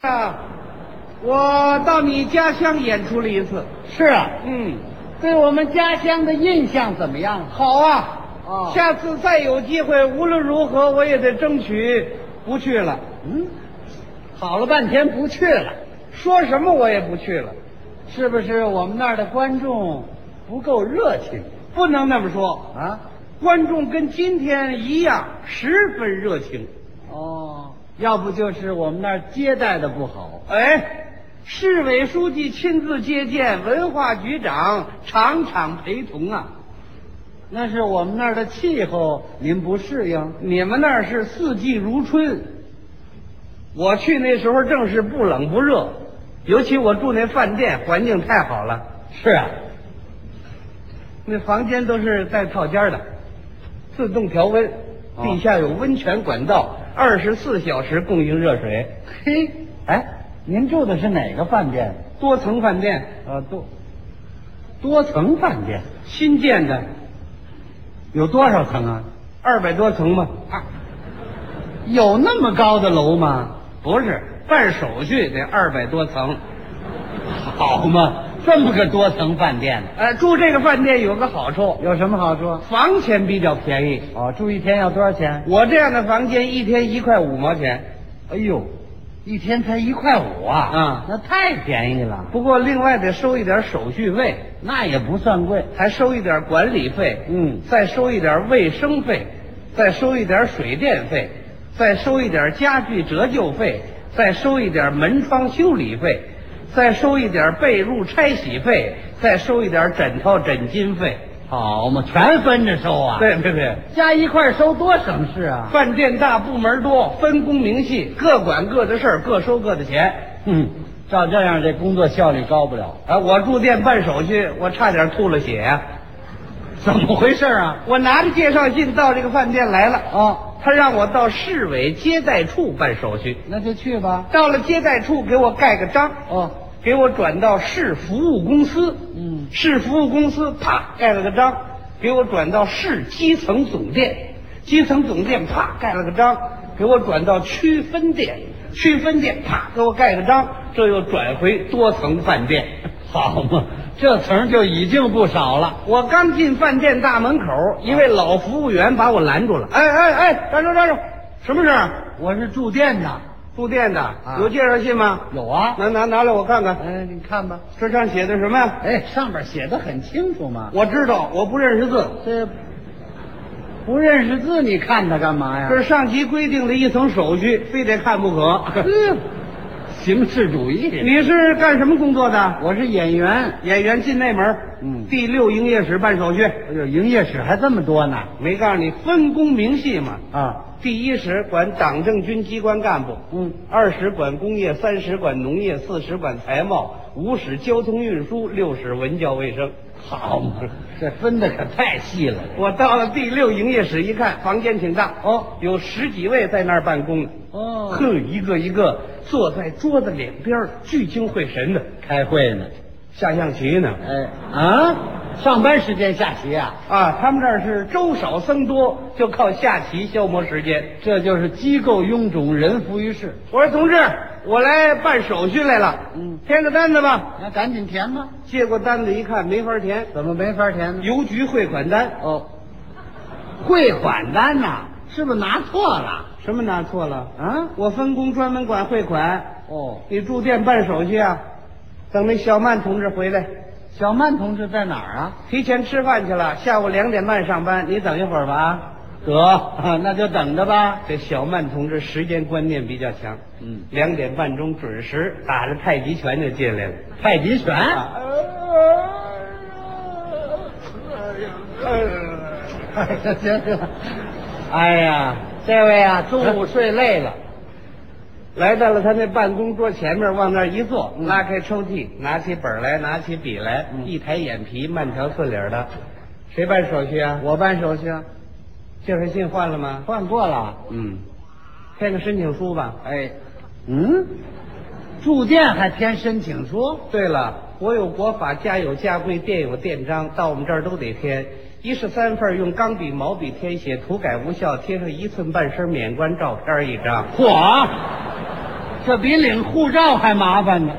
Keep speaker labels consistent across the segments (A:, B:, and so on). A: 啊，我到你家乡演出了一次。
B: 是啊，
A: 嗯，
B: 对我们家乡的印象怎么样？
A: 好啊。
B: 哦
A: 下次再有机会，无论如何我也得争取不去了。
B: 嗯，好了半天不去了，
A: 说什么我也不去了，
B: 是不是我们那儿的观众不够热情
A: 不能那么说。
B: 啊？
A: 观众跟今天一样，十分热情。
B: 哦，要不就是我们那儿接待的不好。
A: 哎，市委书记亲自接见，文化局长场场陪同啊。
B: 那是我们那儿的气候，您不适应。
A: 你们那儿是四季如春，我去那时候正是不冷不热，尤其我住那饭店，环境太好了，
B: 是啊，
A: 那房间都是带套间的，自动调温，
B: 哦
A: 地下有温泉管道，二十四小时供应热水，
B: 嘿，哎，您住的是哪个饭店？
A: 多层饭店，
B: 呃，多多层饭店
A: 新建的，
B: 有多少层啊？
A: 二百多层吧。啊
B: 有那么高的楼吗？
A: 不是办手续得二百多层，
B: 好嘛，这么个多层饭店，
A: 呃，住这个饭店有个好处，
B: 有什么好处？
A: 房钱比较便宜。
B: 哦，住一天要多少钱？
A: 我这样的房间一天一块五毛钱，
B: 哎呦，一天才一块五啊！
A: 啊
B: 那太便宜了，
A: 不过另外得收一点手续费，
B: 那也不算贵。
A: 还收一点管理费，
B: 嗯
A: 再收一点卫生费，再收一点水电费，再收一点家具折旧费，再收一点门窗修理费，再收一点被褥拆洗费，再收一点枕头枕巾费。
B: 好嘛，全分着收啊！，
A: 对对对。
B: 加一块收多省事啊！
A: 饭店大，部门多，分工明细，各管各的事儿，各收各的钱。
B: 哼，照这样这工作效率高不了。
A: 啊，我住店办手续，我差点吐了血呀、
B: 怎么回事啊？
A: 我拿着介绍信到这个饭店来了，啊
B: 哦，
A: 他让我到市委接待处办手续。
B: 那就去吧。
A: 到了接待处，给我盖个章，
B: 哦，
A: 给我转到市服务公司。
B: 嗯，
A: 市服务公司啪盖了个章，给我转到市基层总店，基层总店啪盖了个章，给我转到区分店，区分店啪给我盖个章，这又转回多层饭 店。
B: 好嘛，这层就已经不少了。
A: 我刚进饭店大门口，一位老服务员把我拦住了。哎哎哎，站住站住，什么事儿？
B: 我是住店的，啊
A: 住店的、有介绍信吗？
B: 有啊。
A: 拿拿拿来我看看，
B: 嗯，你看吧。
A: 这上写的什么呀？
B: 哎，上边写的很清楚嘛。
A: 我知道，我不认识字。
B: 这不认识字，你看它干嘛呀？
A: 这是上级规定的一层手续，非得看不可。
B: 嗯形式主义。
A: 你是干什么工作的？
B: 我是演员，
A: 演员进内门，
B: 嗯
A: 第六营业室办手续。
B: 哎呦，营业室还这么多呢
A: 没告诉你分工明细吗？
B: 啊！
A: 第一室管党政军机关干部，
B: 嗯，
A: 二室管工业，三室管农业，四室管财贸，五室交通运输，六室文教卫生。
B: 好嘛，这分的可太细了。
A: 我到了第六营业室一看，房间挺大
B: 哦，
A: 有十几位在那儿办公呢。
B: 哦，
A: 哼，一个一个坐在桌子两边儿，聚精会神的
B: 开会呢。
A: 下象棋呢。
B: 哎啊，上班时间下棋啊，
A: 啊，他们这儿是粥少僧多，就靠下棋消磨时间。
B: 这就是机构臃肿，人浮于事。
A: 我说同志，我来办手续来了，
B: 嗯
A: 填个单子吧。
B: 那赶紧填吧。
A: 接过单子一看，没法填，
B: 怎么没法填呢？
A: 邮局汇款单，
B: 哦，汇款单呐、是不是拿错了？
A: 什么拿错了？
B: 啊？
A: 我分工专门管汇款，
B: 哦，
A: 你住店办手续啊。等那小曼同志回来，
B: 小曼同志在哪儿啊？
A: 提前吃饭去了，下午两点半上班，你等一会儿吧啊。
B: 得，那就等着吧。
A: 这小曼同志时间观念比较强，
B: 嗯，
A: 两点半钟准时打着太极拳就进来了。
B: 太极拳，
A: 啊
B: 行行。哎呀，这位啊， 中午睡累了，
A: 来到了他那办公桌前面，往那儿一坐，拉开抽屉，拿起本儿来，拿起笔来，
B: 嗯
A: 一抬眼皮，慢条斯理儿的。谁办手续啊？
B: 我办手续啊，
A: 介绍信换了吗？
B: 换过了。
A: 嗯，填个申请书吧。
B: 哎，嗯，住店还填申请书？
A: 对了，国有国法，家有家规，店有店章，到我们这儿都得填。一式三份儿，用钢笔、毛笔填写，涂改无效，贴上一寸半身免冠照片儿一张。
B: 嚯，这比领护照还麻烦呢。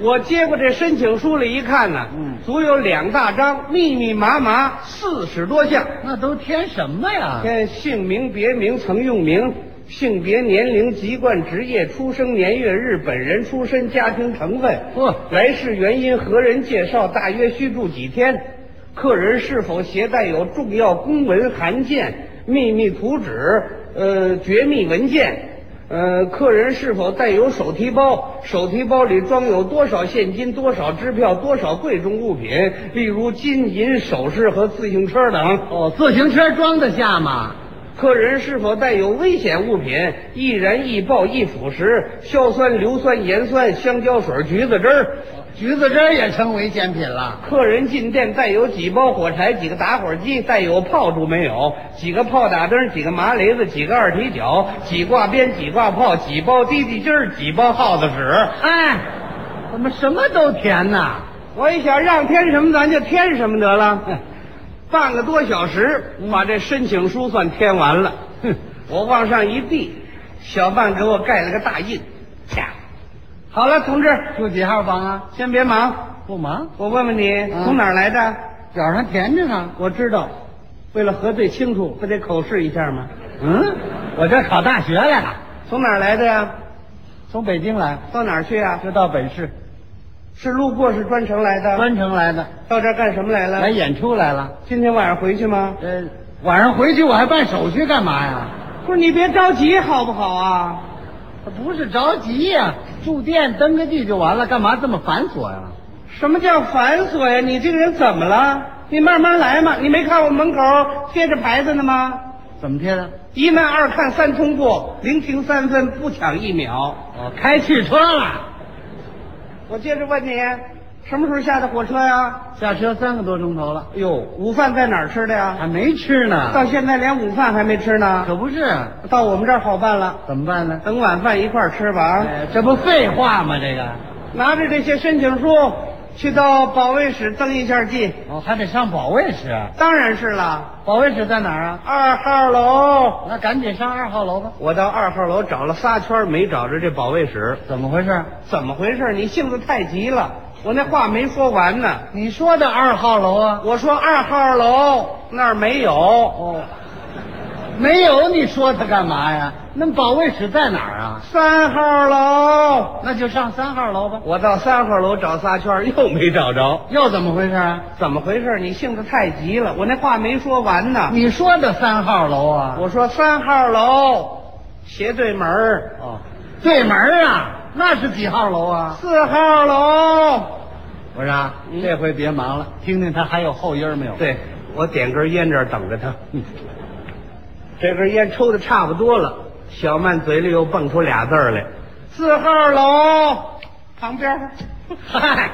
A: 我接过这申请书来一看呢、
B: 嗯
A: 足有两大张，密密麻麻四十多项，
B: 那都填什么呀？
A: 跟姓名、别名、曾用名、性别、年龄、籍贯、职业、出生年月日、本人出身、家庭成分、
B: 嚯
A: 来世原因、何人介绍、大约居住几天、客人是否携带有重要公文函件、秘密图纸、呃绝密文件。呃，客人是否带有手提包？手提包里装有多少现金、多少支票、多少贵重物品，例如金银首饰和自行车等。
B: 哦，自行车装得下吗？
A: 客人是否带有危险物品，易燃、易爆、易腐蚀，硝酸、硫酸、盐酸、香蕉水、橘子汁儿。
B: 橘子汁儿也成违建品了。
A: 客人进店带有几包火柴、几个打火机，带有炮竹没有？几个炮打灯、几个麻雷子、几个二踢脚、几挂鞭、几挂炮、几包滴滴筋儿、几包耗子屎。
B: 哎，怎么什么都填呐？
A: 我一想，让添什么咱就添什么得了。半个多小时，把这申请书算填完了。哼，我往上一递，小范给我盖了个大印。啪，好了，同志，
B: 住几号房啊？
A: 先别忙，
B: 不忙，
A: 我问问你，
B: 嗯
A: 从哪儿来的？
B: 表上填着呢。
A: 我知道，为了核对清楚，不得口试一下吗？
B: 嗯，我这考大学来了，
A: 从哪儿来的呀？
B: 从北京来，
A: 到哪儿去呀？
B: 就到本市，
A: 是路过，是专程来的？
B: 专程来的，
A: 到这儿干什么来
B: 来
A: 了？
B: 演出来了。
A: 今天晚上回去吗？
B: 呃，晚上回去我还办手续干嘛呀？
A: 不是，你别着急，好不好啊？
B: 不是着急呀、住店登个记就完了，干嘛这么繁琐呀、
A: 什么叫繁琐呀？你这个人怎么了？你慢慢来嘛。你没看我门口贴着牌子呢吗？
B: 怎么贴的？
A: 一慢二看三通过，零停三分，不抢一秒。
B: 哦，开汽车了，
A: 我接着问你，什么时候下的火车呀？
B: 下车三个多钟头了，
A: 哟，午饭在哪儿吃的呀？
B: 还没吃呢。
A: 到现在连午饭还没吃呢。
B: 可不是，
A: 到我们这儿好办了，
B: 怎么办呢？
A: 等晚饭一块儿吃吧啊！
B: 哎这不废话吗？这个
A: 拿着这些申请书去到保卫室登一下记。
B: 哦，还得上保卫室啊。
A: 当然是了，
B: 保卫室在哪儿啊？
A: 二号楼。
B: 那赶紧上二号楼吧。
A: 我到二号楼找了仨圈儿，没找着这保卫室。
B: 怎么回事？
A: 怎么回事？你性子太急了，我那话没说完呢。
B: 你说的二号楼啊？
A: 我说二号楼那儿没有，
B: 哦，没有，你说它干嘛呀？那保卫室在哪儿啊？
A: 三号楼。
B: 那就上三号楼吧。
A: 我到三号楼找仨圈儿，又没找着。
B: 又怎么回事啊？
A: 怎么回事？你性子太急了，我那话没说完呢。
B: 你说的三号楼啊？
A: 我说三号楼斜对门儿
B: 哦，对门儿啊，那是几号楼啊？
A: 四号楼。
B: 我说啊
A: 嗯
B: 这回别忙了，听听他还有后音儿没有？，
A: 对，我点根烟这儿等着他。 这根烟抽的差不多了，小曼嘴里又蹦出俩字儿来：“四号楼旁边儿。
B: 嗨，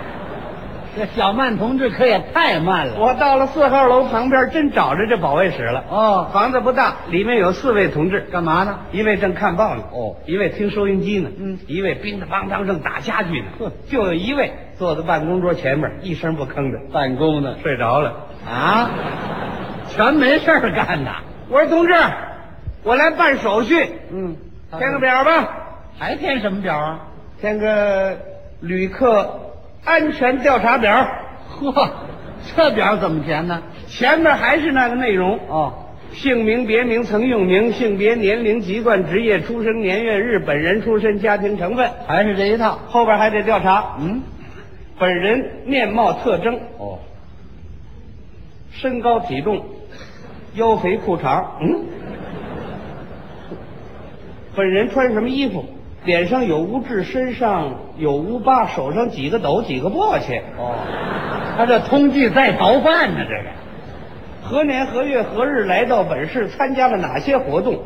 B: 这小曼同志可也太慢”了。
A: 我到了四号楼旁边，真找着这保卫室了。
B: 哦，
A: 房子不大，里面有四位同志，
B: 干嘛呢？
A: 一位正看报呢，
B: 哦，
A: 一位听收音机呢，
B: 嗯
A: 一位乒乒乓乓正打家具呢
B: 呵，
A: 就有一位坐在办公桌前面，一声不吭的
B: 办公呢？
A: 睡着了。
B: 啊，全没事儿干呐。
A: 我说：“同志，我来办手续，
B: 嗯，
A: 填个表吧。”
B: 还填什么表啊？
A: 填个旅客安全调查表，
B: 嚯，这表怎么填呢？
A: 前面还是那个内容：
B: 哦，
A: 姓名、别名、曾用名、性别、年龄、籍贯、职业、出生年月日、本人出身、家庭成分。
B: 还是这一套。
A: 后边还得调查
B: 嗯，
A: 本人面貌特征、
B: 哦，
A: 身高体重、腰肥裤长。嗯，本人穿什么衣服？脸上有污痣，身上有污疤，手上几个斗，几个簸箕。
B: 哦，他这通缉在逃犯呢，这个。
A: 何年何月何日来到本市，参加了哪些活动？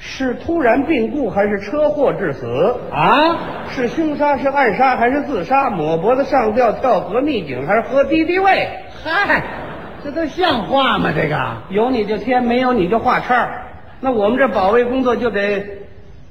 A: 是突然病故还是车祸致死？
B: 啊，
A: 是凶杀是暗杀还是自杀？抹脖子上吊、跳河、溺井还是喝敌敌畏？
B: 嗨，这都像话吗？这个
A: 有你就添，没有你就画叉儿。那我们这保卫工作就得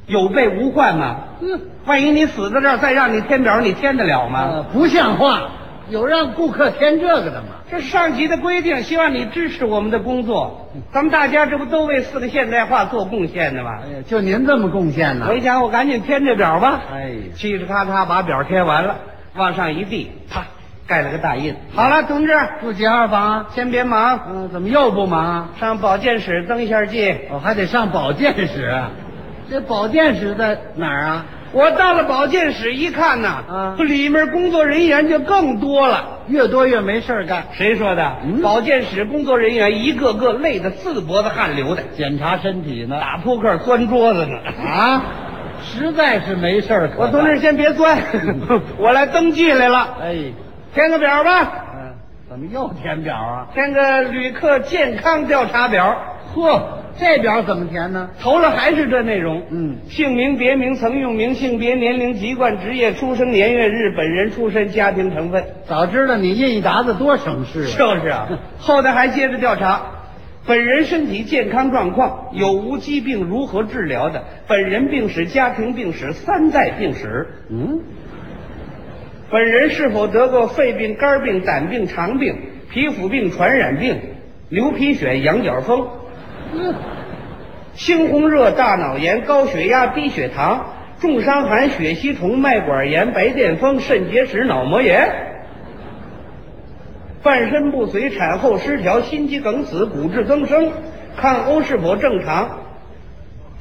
A: 有备无患嘛。
B: 嗯，嗯
A: 万一你死在这儿，再让你填表，你填得了吗？
B: 呃，不像话。有让顾客添这个的吗？
A: 这是上级的规定，希望你支持我们的工作。咱们大家这不都为四个现代化做贡献呢吗
B: 哎？呀，就您这么贡献呢？
A: 回家我赶紧填这表吧。
B: 哎呀
A: 嘁哧咔嚓把表填完了，往上一递，啪，盖了个大印。好了，同志，
B: 住几号房啊？
A: 先别忙，
B: 嗯，怎么又不忙啊？
A: 上保健室登一下记。
B: 我、还得上保健室啊。这保健室在哪儿啊？
A: 我到了保健室一看呐，
B: 啊
A: 里面工作人员就更多了。
B: 越多越没事儿干，
A: 谁说的？
B: 嗯
A: 保健室工作人员一个个累得自脖子汗流的，
B: 检查身体呢。
A: 打扑克钻桌子呢。
B: 啊，实在是没事儿可
A: 我
B: 干。
A: 同志先别钻，
B: 嗯
A: 我来登记来了，
B: 哎，
A: 填个表吧，
B: 嗯，怎么又填表啊？
A: 填个旅客健康调查表，
B: 呵，这表怎么填呢？
A: 投了还是这内容。
B: 嗯，
A: 姓名、别名、曾用名、性别、年龄、籍贯、职业、出生年月日、本人出身、家庭成分。
B: 早知道你印一沓子多省事啊！
A: 就是啊，后头还接着调查，本人身体健康状况，有无疾病，如何治疗的，本人病史、家庭病史、三代病史，
B: 嗯，
A: 本人是否得过肺病、肝病、胆病、肠病、皮肤病、传染病、流鼻血、羊角风、
B: 嗯
A: 猩红热、大脑炎、高血压、低血糖、重伤寒、血吸虫、脉管炎、白癜风、肾结石、脑膜炎。半身不遂、产后失调、心肌梗死、骨质增生、抗欧是否正常、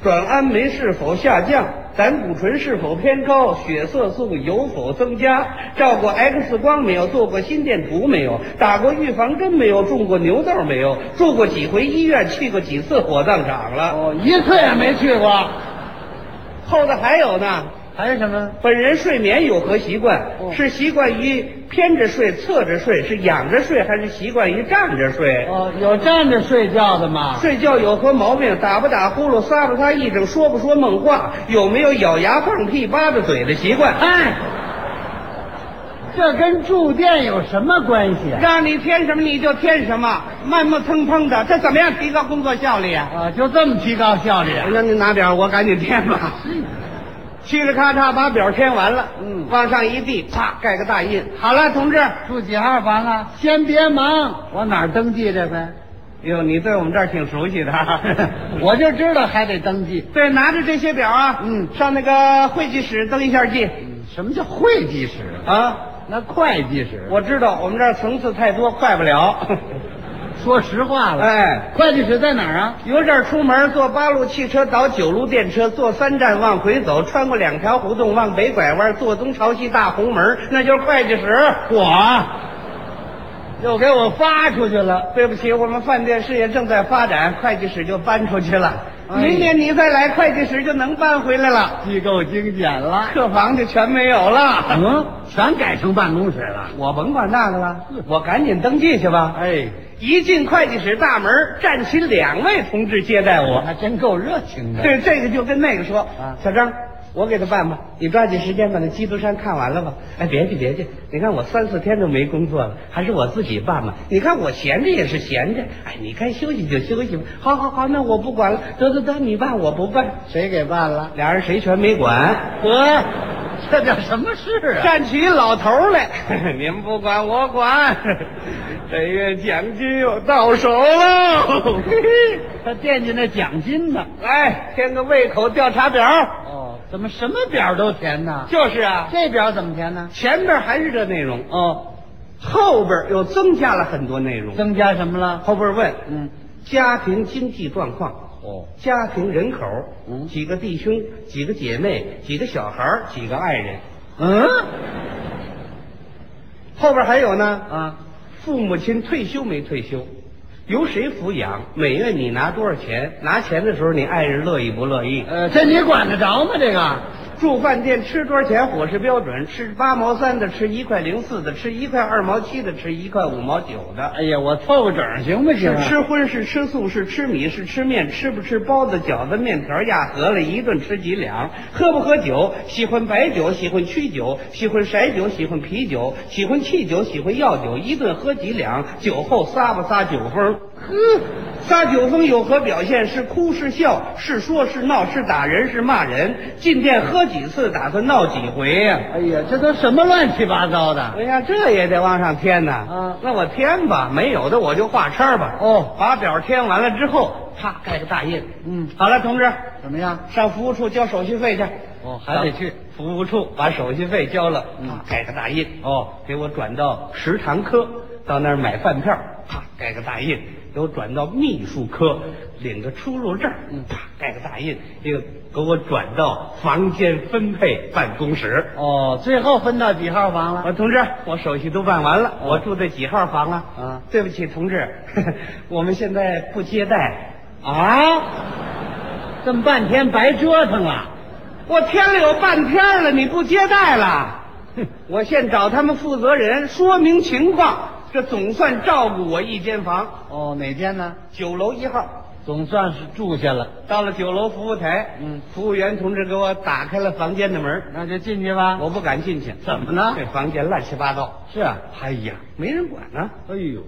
A: 转氨酶是否下降、胆固醇是否偏高、血色素有否增加、照过 X 光没有、做过心电图没有、打过预防针没有、种过牛痘没有、住过几回医院、去过几次火葬场了。
B: 哦，一次也没去过。
A: 后头还有呢，
B: 还有什么？
A: 本人睡眠有何习惯？
B: 哦
A: 是习惯于偏着睡、侧着睡，是仰着睡，还是习惯于站着睡？
B: 哦，有站着睡觉的吗？
A: 睡觉有何毛病？打不打呼噜？撒不撒癔症？说不说梦话？有没有咬牙放屁、扒着嘴的习惯？
B: 哎，这跟住店有什么关系啊？
A: 让你添什么你就添什么，慢慢腾腾的，这怎么样提高工作效率啊？
B: 啊，就这么提高效率啊？
A: 让您拿点，我赶紧填 吧。嘁哩咔嚓把表填完了，
B: 嗯
A: 往上一递，啪盖个大印。好了，同志，
B: 住几号房啊？先别忙，往哪儿登记这回？。
A: 哟，你对我们这儿挺熟悉的、 啊
B: 我就知道还得登记。
A: 对，拿着这些表啊，
B: 嗯
A: 上那个会计室登一下记
B: 什么叫会计室啊？
A: 啊。
B: 那会计室，
A: 我知道我们这儿层次太多，快不了。
B: 说实话了。
A: 哎，
B: 会计室在哪儿啊？
A: 由这儿出门，坐八路汽车倒九路电车，坐三站往回走，穿过两条胡同往北拐弯，坐东朝西大红门，那就是会计室。
B: 我，啊又给我发出去了。
A: 对不起，我们饭店事业正在发展，会计室就搬出去了。
B: 哎
A: 明年你再来，会计室就能搬回来了，
B: 机构精简了，
A: 客房就全没有了。
B: 嗯，全改成办公室了。
A: 我甭管那个了，我赶紧登记去吧。
B: 哎，
A: 一进会计室大门，站起两位同志接待我。
B: 还真够热情的。
A: 对，这个就跟那个说，
B: 啊
A: 小张，我给他办吧，你抓紧时间把那《基督山》看完了吧。哎，别介别介，你看我三四天都没工作了，还是我自己办吧。你看我闲着也是闲着，哎，你该休息就休息吧。好好好，那我不管了，得得得，你办我不办。
B: 谁给办了？
A: 俩人谁全没管，
B: 得， 这叫什么事啊？
A: 站起老头儿来， 您不管我 管，这月奖金又到手喽。
B: 他惦记那奖金呢。
A: 来，填个胃口调查表。
B: 哦，怎么什么表都填呢？
A: 就是啊，
B: 这表怎么填呢？
A: 前边还是这内容。
B: 哦，
A: 后边又增加了很多内容。
B: 增加什么了？
A: 后边问
B: 嗯，
A: 家庭经济状况、
B: 哦，
A: 家庭人口、
B: 嗯
A: 几个弟兄、几个姐妹、几个小孩儿、几个爱人。
B: 嗯
A: 后边还有呢，
B: 啊，
A: 父母亲退休没退休，由谁抚养，每月你拿多少钱，拿钱的时候你爱人乐意不乐意，
B: 呃，这你管得着吗？这个
A: 住饭店吃多少钱，伙食标准，吃八毛三的，吃一块零四的，吃一块二毛七的，吃一块五毛九的。
B: 哎呀，我凑个整儿行不行、
A: 是
B: 啊？
A: 吃荤，是吃素，是吃米，是吃面，吃不吃包子、饺子、面条、压饸饹，一顿吃几两？喝不喝酒？喜欢白酒，喜欢曲酒，喜欢筛酒，喜欢啤酒，喜欢汽酒，喜欢药酒，一顿喝几两？酒后撒不撒酒疯？嗯， 撒酒疯有何表现？是哭是笑是说是闹是打人是骂人？进店喝几次？打算闹几回呀、
B: 哎呀，这都什么乱七八糟的？
A: 哎呀，这也得往上添呐！
B: 啊
A: 那我添吧，没有的我就画叉吧。
B: 哦
A: 把表添完了之后，啪盖个大印。
B: 嗯
A: 好了，同志，
B: 怎么样？
A: 上服务处交手续费去。
B: 哦还得去
A: 上服务处把手续费交了，
B: 嗯
A: 啪盖个大印。
B: 哦，
A: 给我转到食堂科，到那儿买饭票，啪盖个大印。给我转到秘书科，领个出入证，
B: 嗯
A: 啪盖个大印。又给我转到房间分配办公室。
B: 哦，最后分到几号房
A: 啊，
B: 了？
A: 同志，我手续都办完了，
B: 嗯
A: 我住在几号房啊？
B: 嗯
A: 对不起，同志， 我们现在不接待。
B: 啊，这么半天白折腾了。
A: 我添了有半天了，你不接待了？我现找他们负责人说明情况，这总算照顾我一间房，
B: 哦，哪天呢？
A: 九楼一号。
B: 总算是住下了，
A: 到了九楼服务台，
B: 嗯，
A: 服务员同志给我打开了房间的门，
B: 那就进去吧。
A: 我不敢进去，
B: 怎么呢
A: 这房间乱七八糟，
B: 是啊，
A: 哎呀，没人管呢，
B: 哎呦，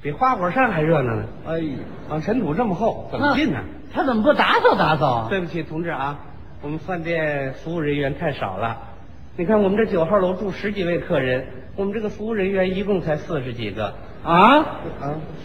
A: 比花果山还热闹呢。
B: 哎呦，
A: 啊，尘土这么厚，怎么进呢？
B: 那他怎么不打扫打扫啊？
A: 对不起，同志啊，我们饭店服务人员太少了。你看，我们这九号楼住十几位客人，我们这个服务人员一共才四十几个
B: 啊，
A: 啊，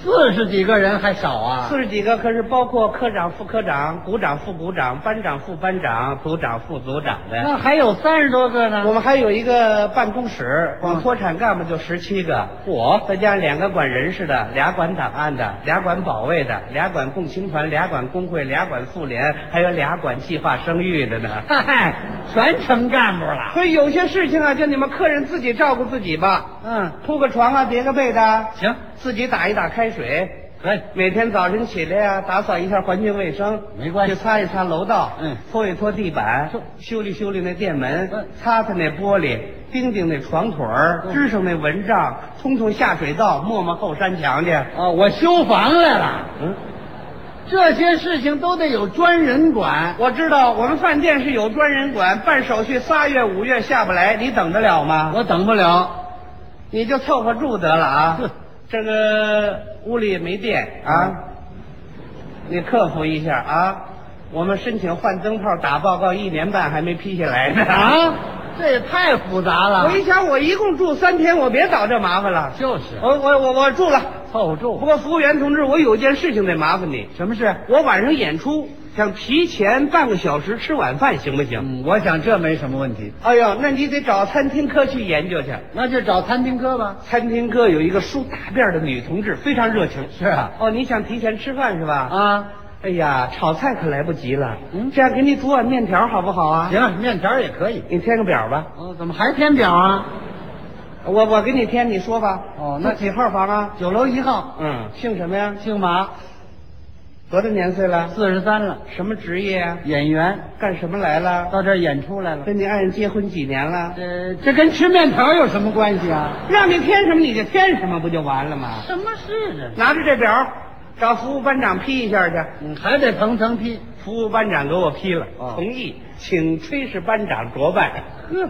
B: 四十几个人还少啊？
A: 四十几个可是包括科长、副科长、股长、副股长、班长、副班长、组长、副组长的。
B: 那还有三十多个呢。
A: 我们还有一个办公室，光
B: 嗯
A: 脱产干部就十七个，
B: 嚯
A: 再加上两个管人事的，俩管档案的，俩管保卫的，俩管共青团，俩管工会，俩管妇联，还有俩管计划生育的呢。
B: 嗨，全成干部了。
A: 所以有些事情啊，就你们客人自己照顾自己吧，
B: 嗯，
A: 铺个床啊，叠个被的，
B: 行，
A: 自己打一打开水，
B: 可以。
A: 每天早晨起来呀、打扫一下环境卫生，
B: 没关系
A: 去擦一擦楼道，
B: 嗯
A: 拖一拖地板
B: 是，
A: 修理修理那店门，
B: 嗯
A: 擦擦那玻璃，钉钉那床腿儿，
B: 嗯
A: 支上那蚊帐，通通下水道，抹抹后山墙去。
B: 啊，我修房来了，
A: 嗯，
B: 这些事情都得有专人管。
A: 我知道我们饭店是有专人管，办手续仨月五月下不来，你等得了吗？
B: 我等不了。
A: 你就凑合住得了啊
B: 哼。
A: 这个屋里也没电啊，你克服一下啊。我们申请换灯泡，打报告一年半还没批下来呢。！
B: 啊，这也太复杂
A: 我
B: 了。
A: 一想，我一共住三天，我别找这麻烦了。
B: 就是
A: 我我我我住了。
B: 凑合
A: 不
B: 住。
A: 过服务员同志，我有一件事情得麻烦你。
B: 什么事？
A: 我晚上演出，想提前半个小时吃晚饭，行不行？
B: 嗯，我想这没什么问题。
A: 哎呦，那你得找餐厅科去研究去。
B: 那就找餐厅哥吧。
A: 餐厅科有一个梳大辫儿的女同志，非常热情。
B: 是啊。
A: 哦，你想提前吃饭是吧？啊，
B: 啊，
A: 哎呀，炒菜可来不及了。
B: 嗯
A: 这样给你煮碗面条好不好啊？，
B: 行，面条也可以。
A: 你填个表吧。
B: 哦，怎么还填表啊？
A: 我我给你填，你说吧。
B: 哦那
A: 住几号房啊？
B: 九楼一号，
A: 嗯，姓什么呀？
B: 姓马，
A: 多大年岁了？
B: 四十三了，
A: 什么职业啊？
B: 演员，
A: 干什么来了？
B: 到这儿演出来了。
A: 跟你爱人结婚几年了？
B: 这这跟吃面条有什么关系啊？
A: 让你填什么你就填什么，不就完了吗？
B: 什么事这？
A: 拿着这表，找服务班长批一下去。
B: 嗯，还得层层批。
A: 服务班长给我批了，
B: 哦
A: 同意，请炊事班长酌办。呵，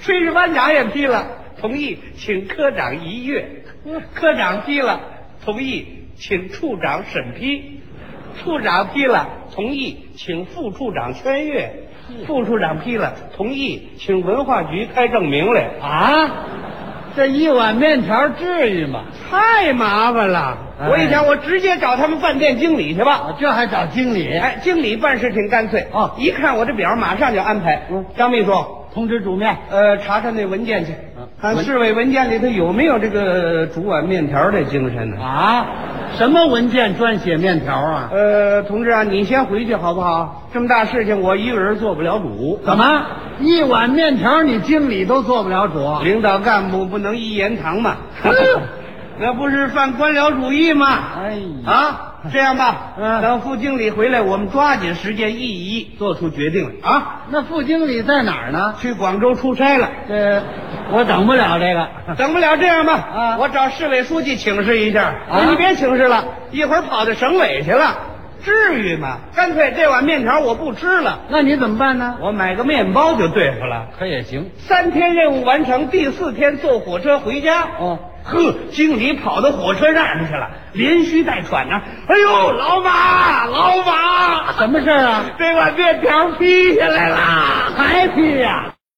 A: 炊事班长也批了，同意，请科长一阅。嗯科长批了，同意，请处长审批。处长批了，同意，请副处长签阅。
B: 嗯
A: 副处长批了，同意，请文化局开证明来。
B: 啊，这一碗面条至于吗？
A: 太麻烦了！
B: 哎
A: 我一想，我直接找他们饭店经理去吧。
B: 啊，这还找经理？
A: 哎，经理办事挺干脆
B: 哦
A: 一看我这表，马上就安排。
B: 嗯
A: 张秘书，
B: 通知煮面。
A: 呃，查查那文件去
B: 嗯，
A: 看
B: 文
A: 市委文件里头有没有这个煮碗面条的精神呢？
B: 啊，什么文件专写面条啊？
A: 呃，同志啊，你先回去好不好？这么大事情，我一个人做不了主。
B: 怎么一碗面条你经理都做不了 主？
A: 领导干部不能一言堂嘛
B: 嗯？
A: 那不是犯官僚主义吗？
B: 哎呀，
A: 啊，这样吧，
B: 嗯
A: 等副经理回来，我们抓紧时间一一做出决定来啊！
B: 那副经理在哪儿呢？
A: 去广州出差了。
B: 这呃我等不了 这个。
A: 等不了，这样吧，
B: 啊
A: 我找市委书记请示一下。
B: 啊
A: 你别请示了，一会儿跑到省委去了，至于吗？干脆这碗面条我不吃了，
B: 那你怎么办呢？
A: 我买个面包就对付了。
B: 可也行。
A: 三天任务完成，第四天坐火车回家。
B: 哦，
A: 呵，经理跑到火车站上去了，连续带喘呢。哎呦，老马，老马，
B: 什么事儿啊？
A: 这碗面条劈下来了，
B: 还批呀、